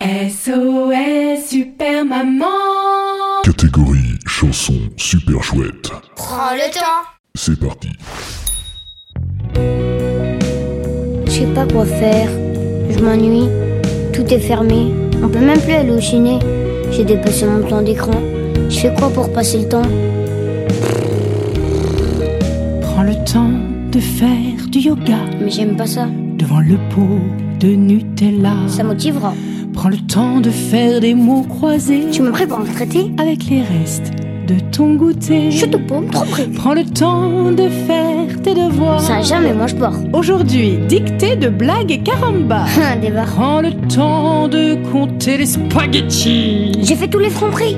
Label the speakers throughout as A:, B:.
A: SOS Super Maman
B: Catégorie chanson super chouette.
C: Prends le temps.
B: C'est parti.
D: Je sais pas quoi faire, je m'ennuie, tout est fermé, on peut même plus aller au ciné. J'ai dépassé mon temps d'écran, je fais quoi pour passer le temps
A: Prends le temps de faire du yoga
D: Mais j'aime pas ça,
A: devant le pot de Nutella.
D: ça motivera.
A: Prends le temps de faire des mots croisés
D: Tu me prépares pour me traiter
A: avec les restes de ton goûter.
D: Je te paume, trop près.
A: Prends le temps de faire tes devoirs.
D: Ça jamais, moi je pars.
A: Aujourd'hui, dictée de blagues et caramba.
D: Un débat.
A: Prends le temps de compter les spaghettis.
D: J'ai fait tous les tromperies,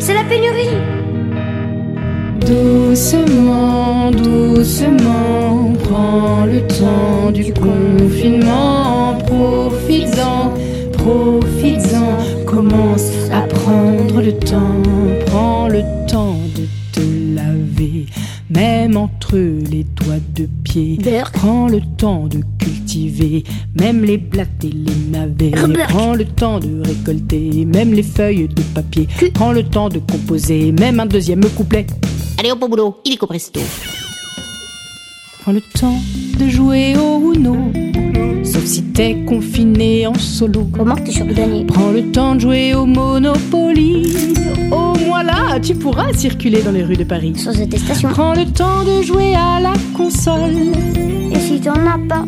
D: c'est la pénurie.
A: Doucement, doucement, prends le temps du confinement, profites-en, profites-en, commence à prendre le temps, prends le temps de te laver, même entre les doigts de pied.
D: Berk.
A: Prends le temps de cultiver, même les blattes et les navets.
D: Remarque.
A: Prends le temps de récolter, même les feuilles de papier. Prends le temps de composer, même un deuxième couplet.
C: Allez, au boulot, il est presto.
A: Prends le temps de jouer au Uno, sauf si t'es confiné en solo.
D: Remarque, t'es sûr de gagner.
A: Prends le temps de jouer au Monopoly. Au moins là, tu pourras circuler dans les rues de Paris.
D: Sans attestation.
A: Prends le temps de jouer à la console.
D: Et si t'en as pas,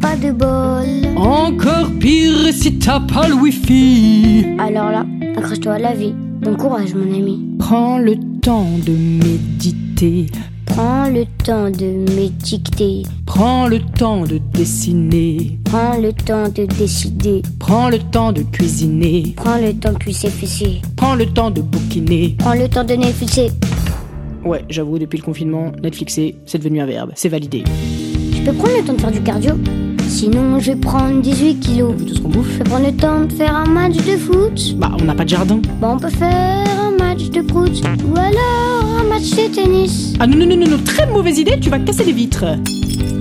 D: pas de bol.
A: Encore pire si t'as pas le wifi.
D: Alors là, accroche-toi à la vie. Bon courage, mon ami.
A: Prends le temps de méditer.
D: Prends le temps de m'étiqueter.
A: Prends le temps de dessiner.
D: Prends le temps de décider.
A: Prends le temps de cuisiner.
D: Prends le temps de pucer fessé.
A: Prends le temps de bouquiner.
D: Prends le temps de Netflixer.
A: Ouais, j'avoue, depuis le confinement, Netflixer, c'est devenu un verbe. C'est validé.
D: Je peux prendre le temps de faire du cardio Sinon, je vais prendre 18 kilos.
A: Tout ce qu'on bouffe.
D: Je peux prendre le temps de faire un match de foot
A: Bah, on n'a pas de jardin.
D: Bah, on peut faire un match de foot. Ou alors un match de tennis.
A: Ah non, non, non, non, non, très mauvaise idée, tu vas casser les vitres.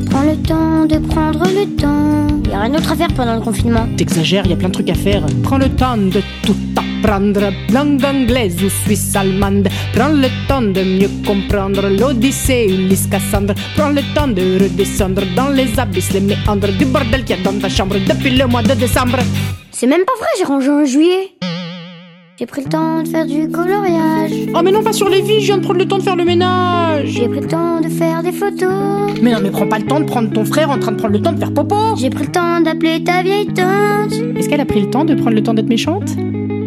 D: Prends le temps de prendre le temps. Y a rien d'autre à faire pendant le confinement.
A: T'exagères, il y a plein de trucs à faire. Prends le temps de tout apprendre, langue anglaise ou suisse allemande. Prends le temps de mieux comprendre l'Odyssée, Ulysse, Cassandre. Prends le temps de redescendre dans les abysses, les méandres du bordel qu'il y a dans ta chambre depuis le mois de décembre.
D: C'est même pas vrai, j'ai rangé en juillet. J'ai pris le temps de faire du coloriage.
A: Oh mais non, pas sur les vies, je viens de prendre le temps de faire le ménage.
D: J'ai pris le temps de faire des photos.
A: Mais non, mais prends pas le temps de prendre ton frère en train de prendre le temps de faire popo.
D: J'ai pris le temps d'appeler ta vieille tante.
A: Est-ce qu'elle a pris le temps de prendre le temps d'être méchante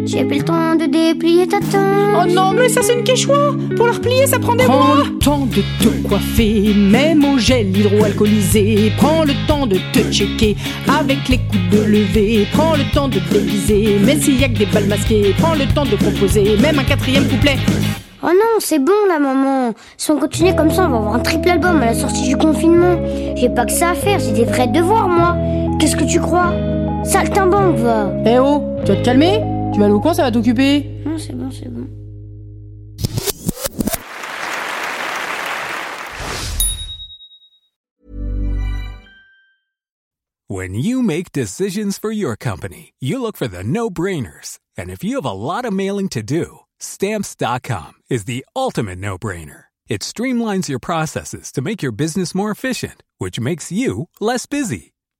D: J'ai pris le temps de déplier ta tente.
A: Oh non, mais ça c'est une quechua Pour la replier, ça prend des Prends le temps de te coiffer, même au gel hydroalcoolisé. Prends le temps de te checker avec les coups de lever. Prends le temps de te déguiser, mais s'il y a que des balles masquées. Prends le temps de composer, même un quatrième couplet.
D: Oh non, c'est bon la maman. Si on continue comme ça, on va avoir un triple album à la sortie du confinement. J'ai pas que ça à faire, j'ai des vrais devoirs moi. Qu'est-ce que tu crois Saltimbanque va.
A: Eh oh, tu vas te calmer Tu vas aller au coin, ça va t'occuper
D: Non, c'est bon, c'est bon.
E: When you make decisions for your company, you look for the no brainers. And if you have a lot of mailing to do, stamps.com is the ultimate no brainer. It streamlines your processes to make your business more efficient, which makes you less busy.